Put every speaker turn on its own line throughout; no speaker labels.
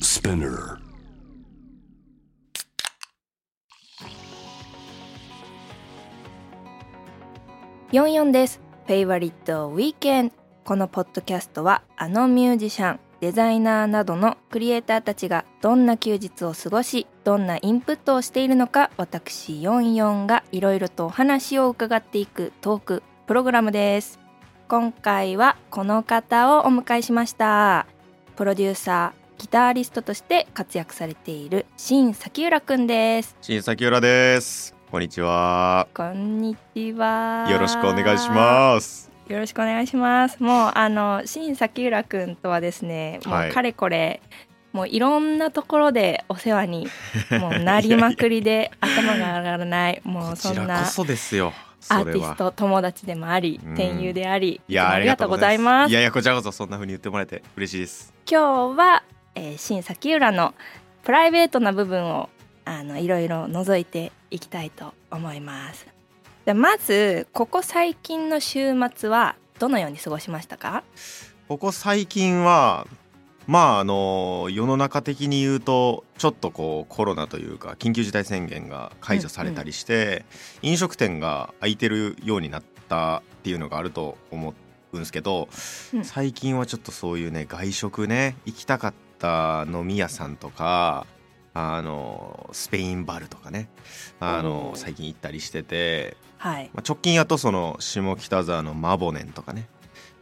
Spinner.
44です。フェイバリットウィーケンこのポッドキャストはあのミュージシャン、デザイナーなどのクリエイターたちがどんな休日を過ごし、どんなインプットをしているのか、私44がいろいろとお話を伺っていくトークプログラムです。今回はこの方をお迎えしました。プロデューサー、ギタリストとして活躍されている新崎浦くんです。
新崎浦です。こんにちは。
こんにちは。
よろしくお願いします。
よろしくお願いします。もうあの新崎浦くんとはですね、も
は
う
い
かれこれ、もういろんなところでお世話にもうなりまくり で頭が上がらない、もう
こ
そ
ち
ん
ら
な
こそですよ。
ア
そ
ー
れ
ティス
は。
ト友達でもあり
うん、
転友であり、
い
いつも
や
あ
あ
り
り
が
が
と
と
う
う
ご
ご
ざ
ざ
い
い
ま
ますす。い。やいやこちらこそそんな風に言ってもらえて嬉しいです。
今日は、えー、新崎浦のプライベートな部分をあのいろいろ覗いていきたいと思います。じゃあまずここ最近の週末はどのように過ごしましたか？
ここ最近はまああの世の中的に言うとちょっとこうコロナというか緊急事態宣言が解除されたりして、飲食店が空いてるようになったっていうのがあると思うんですけど、
うん
最近はちょっとそういうね外食ね行きたかった飲み屋さんとかあのスペインバルとかねあの
おー
最近行ったりしてて
はい。
まあ、直近やとその下北沢のマボネンとかね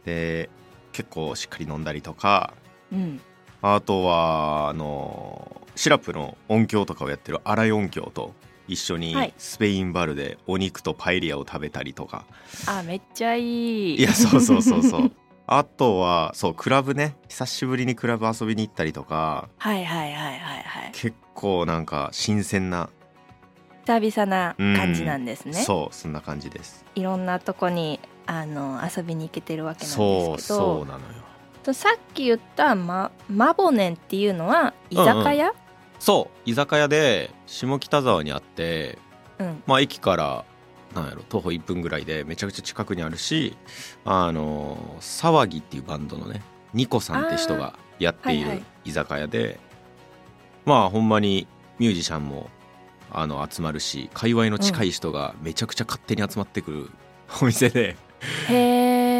で結構しっかり飲んだりとか
うん。
あとはあのシラップの音響とかをやってる荒井音響と一緒に
はい
スペインバルでお肉とパエリアを食べたりとか、
あめっちゃいい。
い、やそうそうそうそうあとはそうクラブね久しぶりにクラブ遊びに行ったりとか
はいはいはいはいはい。
結構なんか新鮮な、
久々な感じなんですね。
そうそんな感じです
いろんなとこにあの遊びに行けてるわけなんですけ
そ
ど。
うそうなのよ
とさっき言ったまマボネンっていうのは居酒屋？
そう居酒屋で下北沢にあって
うん、
まあ駅からなんやろ徒歩1分ぐらいでめちゃくちゃ近くにあるしあの騒ぎっていうバンドのねニコさんって人がやってい
あーはい
る
は
居酒屋で、まあほんまにミュージシャンもあの集まるし界隈の近い人がめちゃくちゃ勝手に集まってくる お店で、
へ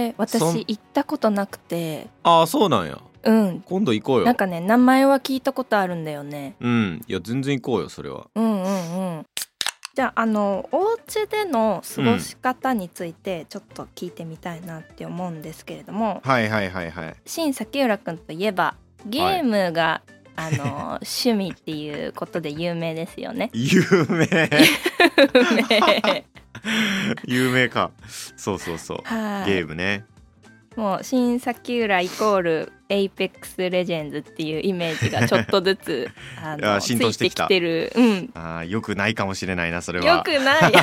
え。私
そん
行ったことなくて。
ああそうなんや
うん。
今度行こうよ
なんかね名前は聞いたことあるんだよね。
うんいや全然行こうよそれは
うんうんうん。じゃああのお家での過ごし方についてちょっと聞いてみたいなって思うんですけれども、
はいはいはいはい。
新崎浦くんといえばゲームが、あの趣味っていうことで有名ですよね
有名
ね
有名かそうそうそう
はい。
ゲームね
もう新崎浦イコールエイペックスレジェンズっていうイメージがちょっとず つあの
あ浸透してきた
ついてきてる。うん。
あーよくないかもしれないなそれは
よく ない。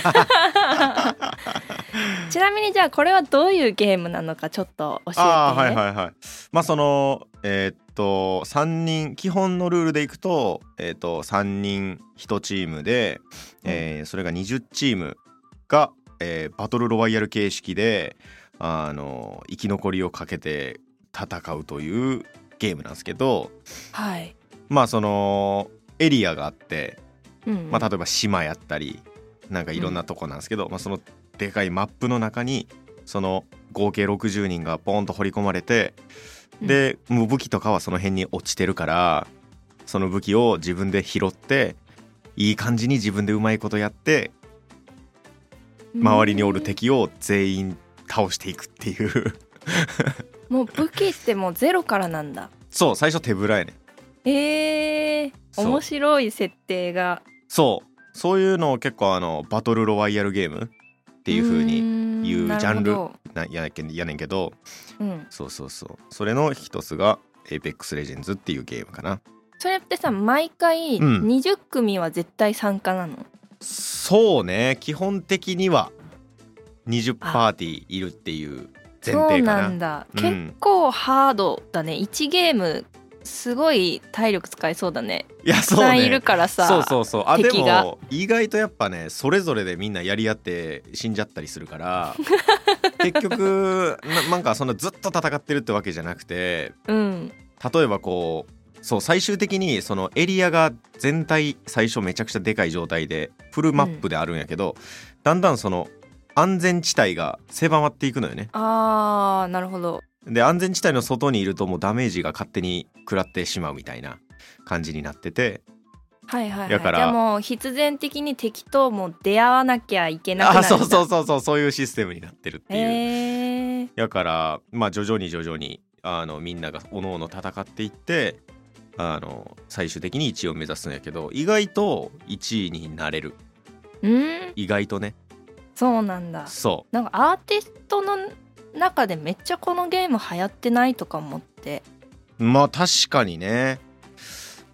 ちなみにじゃあこれはどういうゲームなのかちょっと教えて。
ああはいはいはいまあそのえーっと3人基本のルールでいくと,、えーっと3人1チームで、えーそれが20チームが、えーバトルロワイヤル形式であの生き残りをかけて戦うというゲームなんですけど
はい。
まあそのエリアがあって
うん。
まあ、例えば島やったりなんかいろんなとこなんですけど、まあ、そのでかいマップの中にその合計60人がポンと掘り込まれてでもう武器とかはその辺に落ちてるからその武器を自分で拾っていい感じに自分でうまいことやって周りにおる敵を全員倒していくっていう
うん。もう武器ってもうゼロからなんだ。
そう最初手ぶらやねん
ええ
そう
面白い設定が。
そうそういうのを結構あのバトルロワイヤルゲームっていう風に
に
言うジャンル
なるほ
なやけんやねんけど
どうん、
そうそうそうそれの一つが Apex Legends っていうゲームかな
それってさ毎回
うん
20組は絶対参加なの、
そうね基本的には20
あ
パーティーいるっていう前
そう
提か
な
なん
だ、
うん
結構ハードだね1ゲームすごい体力使いそうだね
いや
たく
そう
さん
ね
いるからさ
そうそうそうあで
敵が
も意外とやっぱねそれぞれでみんなやり合って死んじゃったりするから結局ななんかそんなずっと戦ってるってわけじゃなくて
うん
例えばこうそう最終的にそのエリアが全体最初めちゃくちゃでかい状態でフルマップであるんやけど、だんだんその安全地帯が狭まっていくのよね
あーなるほど
で安全地帯の外にいるともうダメージが勝手に食らってしまうみたいな感じになってて
はいはい、はい、
だから
じゃあもう必然的に敵ともう出会わなきゃいけなくなる
あそうそううそうそうそういうシステムになってるっていう、
えー、
だからまあ徐々に徐々にあのみんながおのおの戦っていってあの最終的に1位を目指すんやけど意外と1位になれる
うん
意外とね
そうなんだ
そ
なんかアーティストの中でめっちゃこのゲーム流行ってないとか思って
うまあ確かにね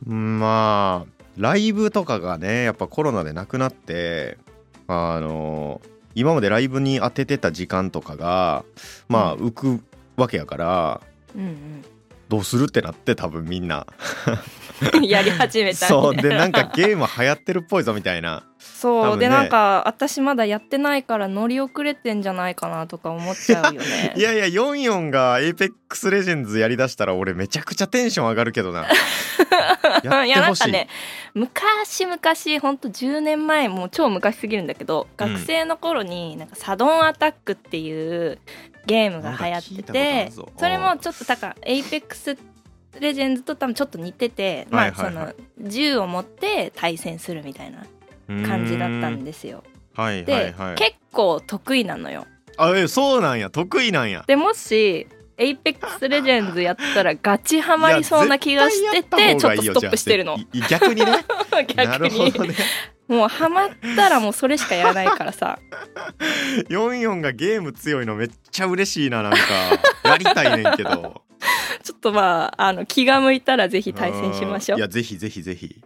まあライブとかがねやっぱコロナでなくなってあの今までライブに当ててた時間とかがまあ浮くわけやから
うん
どうするってなって多分みんな
うん やり始めたみたいな
そうでなんかゲーム流行ってるっぽいぞみたいな
そう、
多分ね
でなんか私まだやってないから乗り遅れてんじゃないかなとか思っちゃうよね
いやいやヨンヨンがエイペックスレジェンズやりだしたら俺めちゃくちゃテンション上がる けどなやって
な
ほ
ん
し
か
い
ね昔昔ほんと10年前もう超昔すぎるんだけど、
うん
学生の頃になんかサドンアタックっていうゲームが流行って
なんか聞い
て
たことあるぞ
それもちょっとだからエイペックスレジェンズと多分ちょっと似てて、
はいはいはい
まあその銃を持って対戦するみたいな感じだったんですよ。
うんはい
で、
はいはい
結構得意なのよ。
あえそうなんや得意なんや
でもしエイペックスレジェンズやったらガチハマりそうな気がして
いや
て
絶
ちょ
対
っ
や
とストッ
た方がいいよ
プしてるの
じゃあい い逆にね な
逆
るほ
に
どね
もうハマったらもうそれしかやらないからさ
ヨンヨンがゲーム強いのめっちゃ嬉しいなな んかやりたいねんけど
ちょっとまああの気が向いたらぜひ対戦しましょ
んいうやぜひぜひぜひ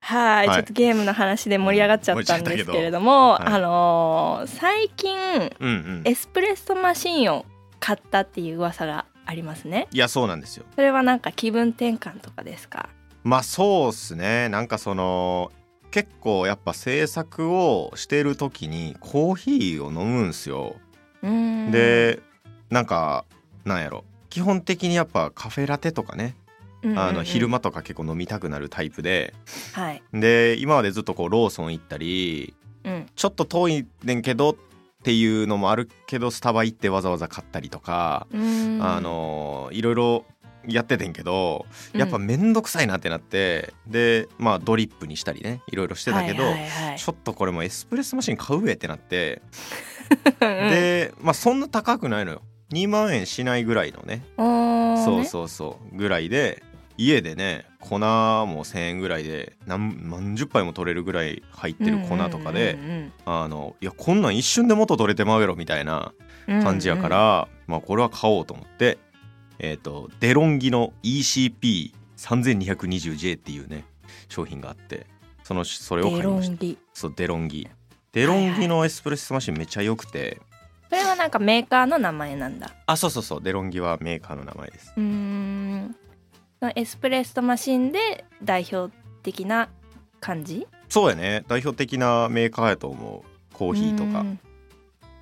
はい
はい
ちょっとゲームの話で盛り上がっちゃったんですけれども、
盛り上がったけ
あのー最近
うんうん
エスプレッソマシンを買ったっていう噂がありますね
いやそうなんですよ
それはなんか気分転換とかですか
まあそうっすねなんかその結構やっぱ制作をしてる時にコーヒーを飲むんすよ。
うーん
でなんかなんやろ基本的にやっぱカフェラテとかね、
うんうんうん
あの昼間とか結構飲みたくなるタイプで
はい、
で今までずっとこうローソン行ったり
うん、
ちょっと遠いねんけどっていうのもあるけどスタバ行ってわざわざ買ったりとか、
うーん
あのいろいろやっててんけどやっぱ
うん
めんどくさいなってなって、でまあドリップにしたりねいろいろしてたけど、
はいはいはい
ちょっとこれもうエスプレッソマシン買うべってなって、
うんうん
でまあそんな高くないのよ2万円しないぐらいのね
おー
そう
ね
そうそうぐらいで家でね粉も1,000円ぐらいで何何十杯も取れるぐらい入ってる粉とかで、
うんうんうん
あのいやこんなん一瞬で元取れてまうやろみたいな
うんうん
感じやから、まあこれは買おうと思ってえっ、とデロンギの ECP3220J っていうね商品があってそのそれを買い
デロ
ました
ンギ
そうデロンギデロンギのエスプレッソマシンめっちゃ良くて、
それはなんかメーカーの名前なんだ
あそうそうそうデロンギはメーカーの名前です
うーんエスプレッソマシンで代表的な感じ
そうやね代表的なメーカーやと思うコーヒーと
う
か
ん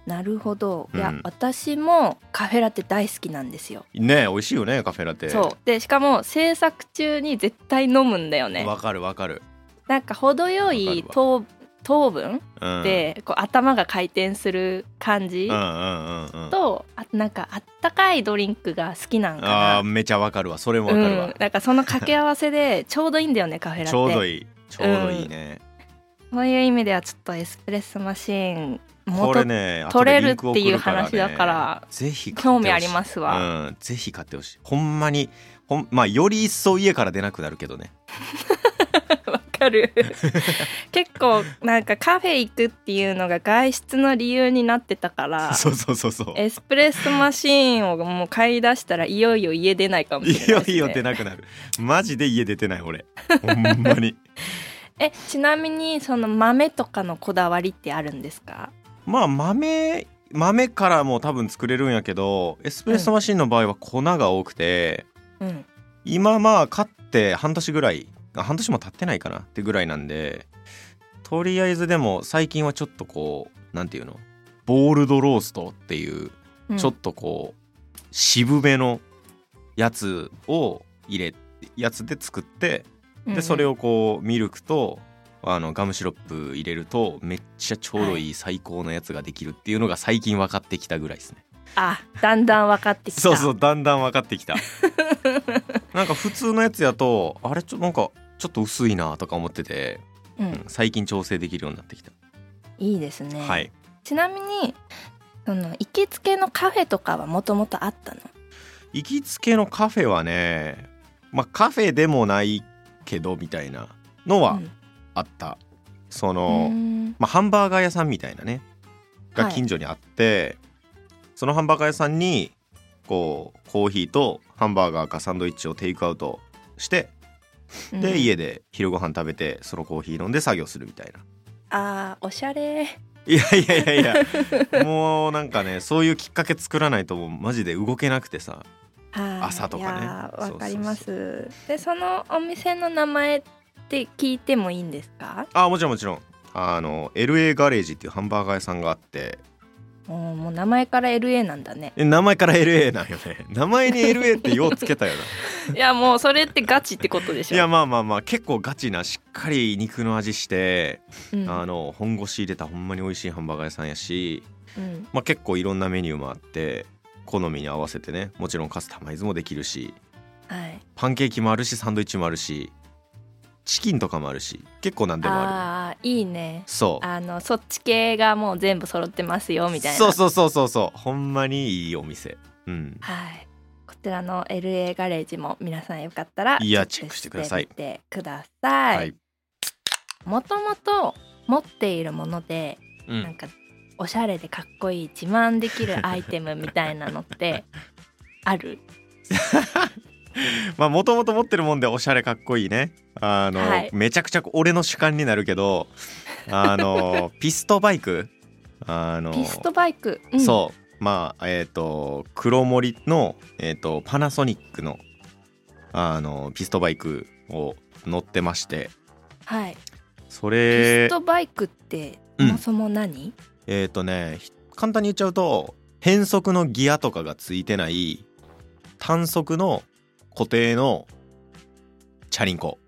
なるほど、いうや
ん
私もカフェラテ大好きなんですよ、
ね美味しいよねカフェラテ
そうでしかも制作中に絶対飲むんだよね
わかるわかる、
なんか程よい糖糖分
うん、
で、こう頭が回転する感じ、
うんうんうんうん
とあとなんかあったかいドリンクが好きなんかな
あーめちゃわかるわそ れもわ
う
かる
ん
わ、、
なんかその掛け合わせでちょうどいいんだよねカフェラテ
ちょうど
い
いいちょうどいいね、
そういう意味ではちょっとエスプレッソマシーン
こ
元
れね
取れる
後でリンク送
っていう話だから
ぜひ買ってほ
興
しい
味ありますわ、
うんぜひ買ってほしいほんまにほんまあより一層家から出なくなるけどね
わ、か る結構なんかカフェ行くっていうのが外出の理由になってたから
そうそうそうそう
エスプレッソマシーンをもう買い出したらいよいよ家出ないかもしれない
いよ
です、ね、
いよ出なくなるマジで家出てない俺ほんまに
えちなみにその豆とかのこだわりってあるんですか
まあ豆豆からも多分作れるんやけどエスプレッソマシンの場合は粉が多くて、
うん
今まあ買って半年ぐらいあ半年も経ってないかなってぐらいなんでとりあえずでも最近はちょっとこうなんていうのボールドローストっていう
うん
ちょっとこう渋めのやつを入れやつで作って
うんう
で
ん
それをこうミルクとあのガムシロップ入れるとめっちゃちょうどいい最高のやつができるっていうのが最近分かってきたぐらいですね。
あだんだん分かってきた
そうそうだんだん分かっ てきたなんか普通のやつやとあれちょなんかちょっと薄いなとか思ってて、
うん、
うん最近調整できるようになってきた、
いいですね、
はい
ちなみにその行きつけのカフェとかはもともとあったの
行きつけのカフェはねまあカフェでもないけどみたいなのはあった、その、
うん
まあ、ハンバーガー屋さんみたいなねが
はい
近所にあって、そのハンバーガー屋さんにこうコーヒーとハンバーガーかサンドイッチをテイクアウトして
うん
で家で昼ご飯食べてそのコーヒー飲んで作業するみたいな。
あーおしゃれ
いやいやいやいや もうなんかねそういうきっかけ作らないともうマジで動けなくてさ
はい
朝とかね
いやーわかりますでそのお店の名前って聞いてもいいんですか
あもちろんもちろんあの LA ガレージっていうハンバーガー屋さんがあって
おーもう名前から LA なんだ ね
え名前から LA なんよね名前に LA ってようつけたよない
やもうそれってガチってことでしょ
いやまあまあまあ結構ガチなしっかり肉の味して、
うん
あの本腰入れたほんまに美味しいハンバーガー屋さんやし、
うん
まあ、結構いろんなメニューもあって好みに合わせてねもちろんカスタマイズもできるし
はい、
パンケーキもあるしサンドイッチもあるしチキンとかもあるし結構何でもある
あーいいね
そう
あのそっち系がもう全部揃ってますよみたいな
そうそうそうそうそうほんまにいいお店うん
はいこちらの LA ガレージも皆さんよかったら
いやチェックしてくださ
チ
い
ェックしてみてください、
はい
もともと持っているもので
う
なん
ん
かおしゃれでかっこいい自慢できるアイテムみたいなのって ある
まあもともと持ってるもんでおしゃれかっこいいねあの、
はい
めちゃくちゃ俺の主観になるけど あのピストバイクあの
ピストバイク、うん
そうまあえっ、と黒森の、えー、とパナソニックのあのピストバイクを乗ってまして
はい、
そ
ピ
れ
ストバイクって
う
そ
ん
もそも何、
えっ、とねひ簡単に言っちゃうと変速のギアとかがついてない単速の固定のチャリンコ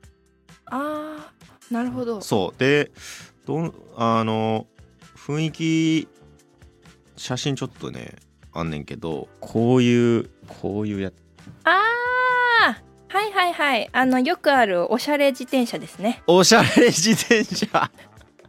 あーなるほど
そうでどんあの雰囲気写真ちょっとねあんねんけどこういうこういうやつ
あーはいはいはいあのよくあるおしゃれ自転車ですね
おしゃれ自転車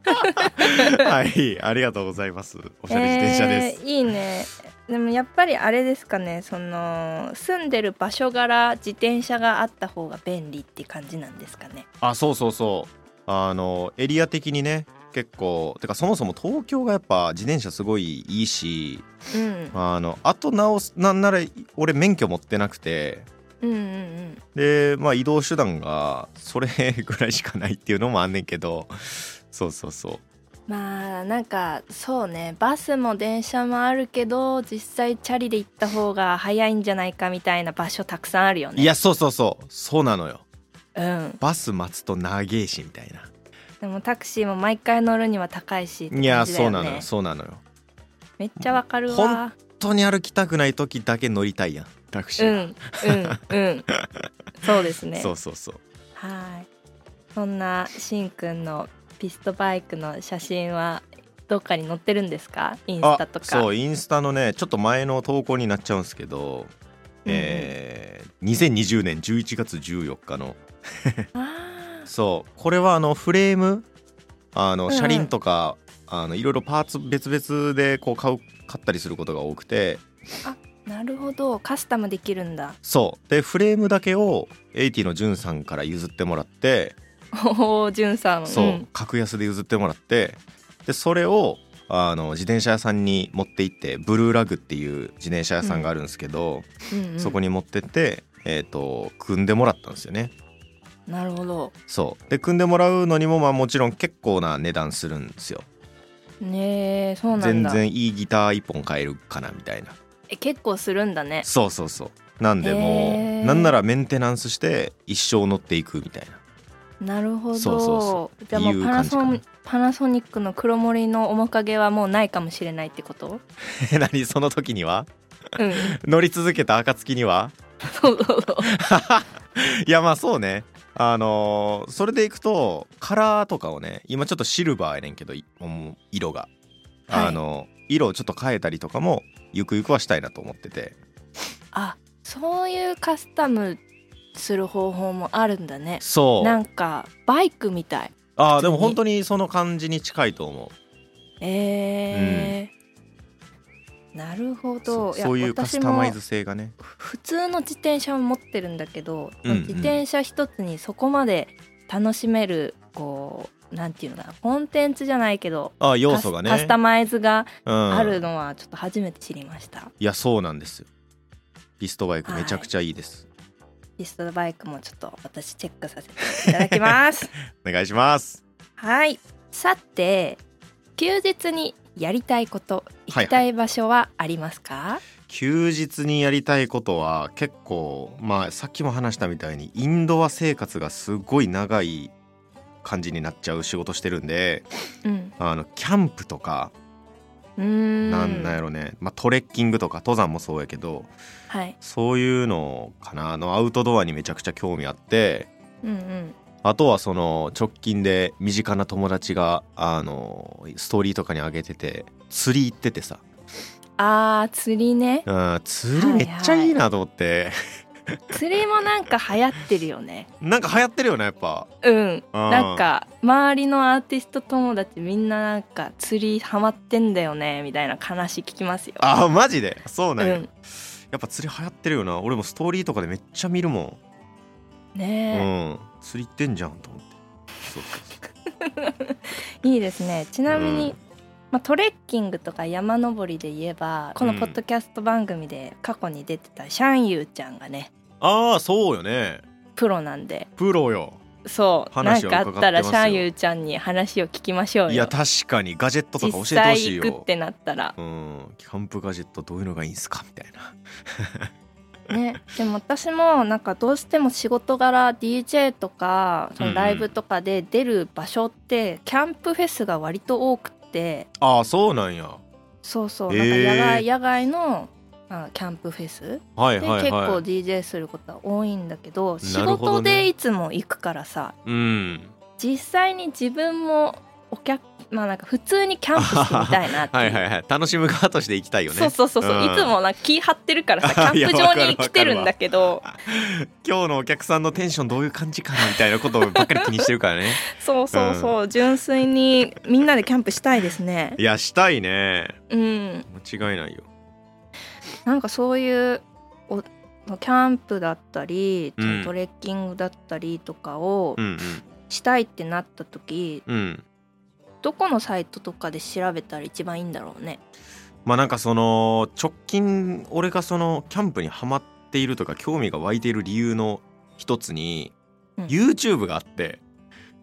はいありがとうございますおしゃれ自転車です、
えーいいねでもやっぱりあれですかねその住んでる場所柄自転車があった方が便利って感じなんですかね
あそうそうそうあのエリア的にね結構てかそもそも東京がやっぱ自転車すごいいいし
うん
あのあとなおすなんなら俺免許持ってなくて
うんうんうん
でまあ移動手段がそれぐらいしかないっていうのもあんねんけどそうそうそう
まあなんかそうねバスも電車もあるけど実際チャリで行った方が早いんじゃないかみたいな場所たくさんあるよね
いやそうそうそうそうなのよ
うん
バス待つと長えしみたいな
でもタクシーも毎回乗るには高いしって
いや
感じだ
そう
よね
なのよそうなのよ
めっちゃわかる
ほ
わ
ん本当に歩きたくない時だけ乗りたいやんタクシ
うんう
ーは、
んうんそうですね
そうそうそう
はいそんなしんくんのピストバイクの写真はどっかに載ってるんですかインスタとか
そうインスタのねちょっと前の投稿になっちゃうんですけど、えー2020年11月14日の
あー
そうこれはあのフレームあ
うん
の
うん
車輪とか、あのいろいろパーツ別々でこう買う買ったりすることが多くて
なるほどカスタムできるんだ
そうでフレームだけを80のじゅんさんから譲ってもらって
おおじゅんさん
そう、
ん
格安で譲ってもらってでそれをあの自転車屋さんに持って行ってブルーラグっていう自転車屋さんがあるんですけど、
うんうん
そこに持ってって、えー、と組んでもらったんですよね。
なるほど
そうで組んでもらうのにも、まあ、もちろん結構な値段するんですよ。
ねえそうなん
全
だ
然いいギター1本買えるかなみたいな
え結構するんだね
そうそうそうなんでも
へー
うなんならメンテナンスして一生乗っていくみたいな
なるほど
そうそうそ
じゃあも
いうう
パナ
感じ
ソ
かな
ンパナソニックの黒森の面影はもうないかもしれないってこと
え何その時には
うん
乗り続けた暁には
そうそうそう
いやまあそうねあのーそれでいくとカラーとかをね今ちょっとシルバーやねんけどいもう色が、
はい
あの色をちょっと変えたりとかもゆくゆくはしたいなと思ってて
あそういうカスタムする方法もあるんだね
そう
なんかバイクみたい普
あー
通
で
に
も本当にその感じに近いと思う
えーなるほど
そうそういうカスタマイズ性がね
普通の自転車を持ってるんだけど、
うんうん
自転車一つにそこまで楽しめるこうなんていうのかなコンテンツじゃないけど
あー要素がね
カスカスタマイズが
うん
あるのはちょっと初めて知りました、
いやそうなんですよピストバイクめちゃくちゃいいです、
ピストバイクもちょっと私チェックさせていただきます
お願いします
はいさて休日にやりたいこと行
はい
きたい場所はありますか、
休日にやりたいことは結構まあさっきも話したみたいにインドア生活がすごい長い感じになっちゃう仕事してるんで
うん
あのキャンプとか
うーん
なんなんやろね、まあ、トレッキングとか登山もそうやけど
はい
そういうのかなあのアウトドアにめちゃくちゃ興味あって
うんうん
あとはその直近で身近な友達があのストーリーとかに上げてて釣り行っててさ
あー釣りね
うん釣りめっちゃいいなと思って、
釣りもなんか流行ってるよね
なんか流行ってるよねやっぱ
うん
うん
なんか周りのアーティスト友達みんななんか釣りハマってんだよねみたいな話聞きますよ
あマジでそう
う
なんや、
ん
やっぱ釣り流行ってるよな俺もストーリーとかでめっちゃ見るもん、
ね
うん釣り行ってんじゃんと思ってそうそうそう
えいいですねちなみに、
うん
まあ、トレッキングとか山登りで言えばこのポッドキャスト番組で過去に出てたシャンユーちゃんがね
ああそうよね
プロなんで
プロよ
そうなん
話を
か
伺
あ
って
ったら
ま
シ
すよ
ャンユーちゃんに話を聞きましょうよ
いや確かにガジェットとか教
実
えてほ
際
しい
行くっ
よ
てなったら
うんキャンプガジェットどういうのがいいんすかみたいな
ね、 でも私もなんかどうしても仕事柄 DJ とかそのライブとかで出る場所ってキャンプフェスが割と多くて
ああそうなんや
そうそう
へ
なんか野
ー
外,、野外のあキャンプフェス
はい
で
はいはい
結構 DJ することは多いんだけど仕
なるほど
事
ね
でいつも行くからさ、
うん
実際に自分もお客まあなんか普通にキャンプしてみたいなっていう
はいはいはい楽しむ側として行きたいよね
そうそうそうそう、
うん
いつもなんか気張ってるからさキャンプ
いやわ
場
かる
に来てるんだけど。
今日のお客さんのテンションどういう感じかなみたいなことばっかり気にしてるから ね
そうそうそう、純粋にみんなでキャンプしたいですね
い。やしたいね
うん、
間違いないよ
なんかそういうおキャンプだったり、
うん
トレッキングだったりとかを
うん
したいってなった時、
うんうん
どこのサイトとかで調べたら一番いいんだろうね。
まあなんかその直近俺がそのキャンプにハマっているとか興味が湧いている理由の一つに、
うん
YouTube があって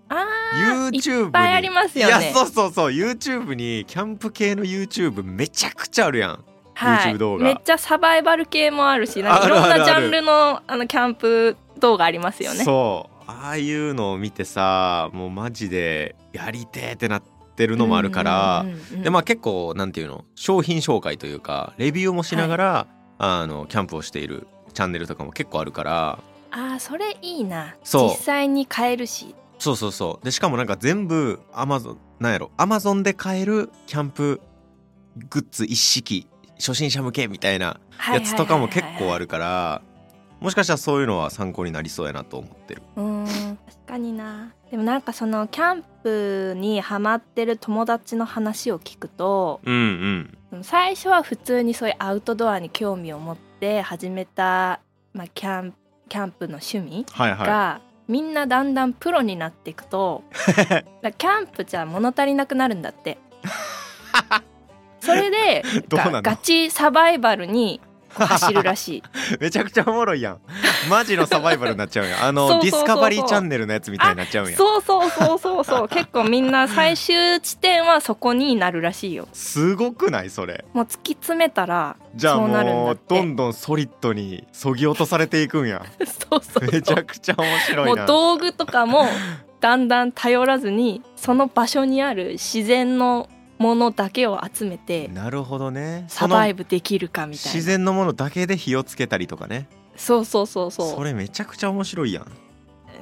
あー
YouTube に
いっぱいありますよ
い
ね
やそうそうそう YouTube にキャンプ系の YouTube めちゃくちゃあるやん
ーはい、
YouTube 動画
めっちゃサバイバル系もあるし、なんか
あ
い
る
ろん
ある
な
ある
ジャンルのあのキャンプ動画ありますよね。
そうああいうのを見てさもうマジでやりてーってなってるのもあるから、
うんうんうんうん
でまあ結構なんていうの商品紹介というかレビューもしながら、あのキャンプをしているチャンネルとかも結構あるから
あーそれいいな。
そう
実際に買えるし。
そうそうそうでしかもなんか全部アマゾンなんやろアマゾンで買えるキャンプグッズ一式初心者向けみたいなやつとかも結構あ
る。
るからもしかしたらそういうのは参考になりそうやなと思ってる
うーん確かにな。でもなんかそのキャンプにハマってる友達の話を聞くと
うんうん
最初は普通にそういうアウトドアに興味を持って始めた、まあ、キャンキャンプの趣味
はい
が、
は
みんなだんだんプロになっていく とだからキャンプじゃ物足りなくなるんだって。それで
どうなの
ガチサバイバルに走るらしい。
い めちゃくちゃおもろいやんマジのサバイバルになっちゃうんやあの
そうそう
デ
そうそう
ィスカバリーチャンネルのやつみたいになっちゃうんや
そうそうそうそう そう結構みんな最終地点はそこになるらしいよ
すごくないそれ
もう突き詰めたら
じゃあ
そうなるんだ
も
っ
う
て
どんどんソリッドにそぎ落とされていくんや
そうそうそう
めちゃくちゃ面白
も
いうな
道具とかもだんだん頼らずにその場所にある自然のものだけを集めて
なるほどね
サバイブできるかみた
自
いな
然のものだけで火をつけたりとかね
そうそうそうそう
それめちゃくちゃ面白いやん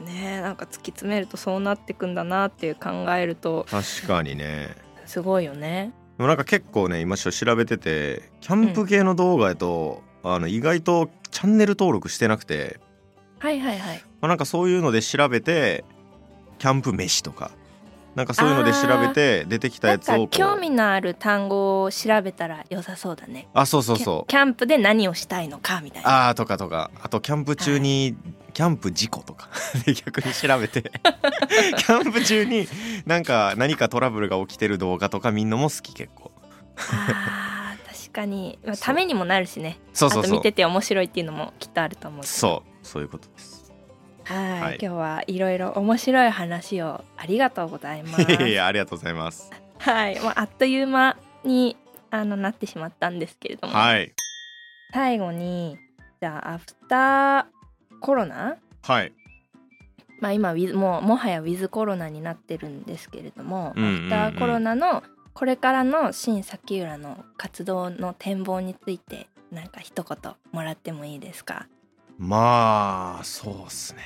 ねなんか突き詰めるとそうなってくんだなっていう考えると
確かにね
すごいよね
でもなんか結構ね今ちょっと調べててキャンプ系の動画やと、あの意外とチャンネル登録してなくて、
はいはいはい
まあ、なんかそういうので調べてキャンプ飯とかなんかそういうので調べて出てきた
な
や
ん
つをこ
か
う
興味のある単語を調べたら良さそうだね
あそうそうそう
キャキャンプで何をしたいのかみたいな
あーとかとかあとキャンプ中に、キャンプ事故とか で逆に 調べてキャンプ中になんか何かトラブルが起きてる動画とかみんなも好き結構
あー確か に、まあ、
そう
ためにもなるしね
そうそう
あ
そ
と
う
見てて面白いっていうのもきっとあると思うけど
そうそういうことです
はい
はい
今日はいろいろ面白い話をありがとうございます
いやいやありがとうございます
はい、まあ、あっという間にあのなってしまったんですけれども、
はい
最後にじゃあアフターコロナ
はい
まあ今ウィズもうもはやウィズコロナになってるんですけれども、
うんうんうん
アフターコロナのこれからの新崎浦の活動の展望についてなんか一言もらってもいいですか
まあそうっすね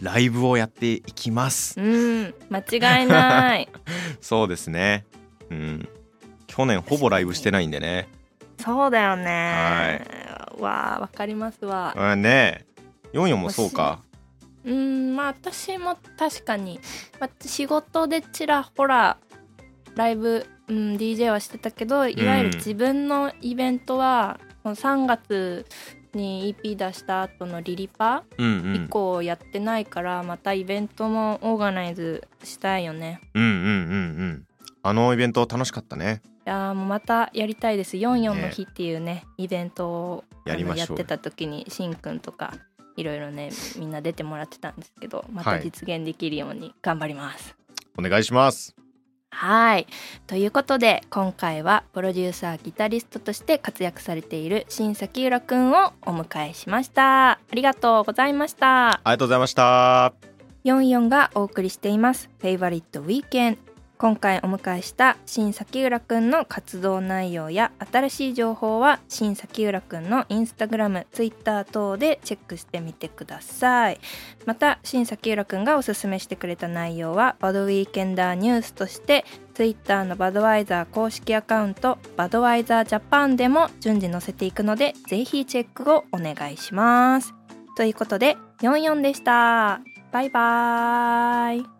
ライブをやっていきます
うん間違いない
そうですねうん去年ほぼライブしてないんでね
そうだよね、わあわかりますわ
うんねヨンヨンもそうか
うんまあ私も確かに、まあ、仕事でちらほらライブ、うん、DJ はしてたけどいわゆる自分のイベントは、もう3月に EP 出した後のリリパ
うんう
以
ん
降やってないから、またイベントもオーガナイズしたいよね
うんうんうんうんあのイベント楽しかったね
いやーもうまたやりたいです44の
ね
日っていうねイベントを
やりましょう
あのやってた時にしんくんとかいろいろねみんな出てもらってたんですけどまた
はい
実現できるように頑張ります、
お願いします
はい。ということで今回はプロデューサーギタリストとして活躍されている新崎浦くんをお迎えしました。ありがとうございました。
ありがとうございました
44がお送りしています。フェイバリットウィーケン。今回お迎えした新崎浦くんの活動内容や新しい情報は新崎浦くんのインスタグラム、ツイッター等でチェックしてみてください。また新崎浦くんがおすすめしてくれた内容はバドウィーケンダーニュースとしてツイッターのバドワイザー公式アカウントバドワイザージャパンでも順次載せていくのでぜひチェックをお願いします。ということで44でした。バイバーイ。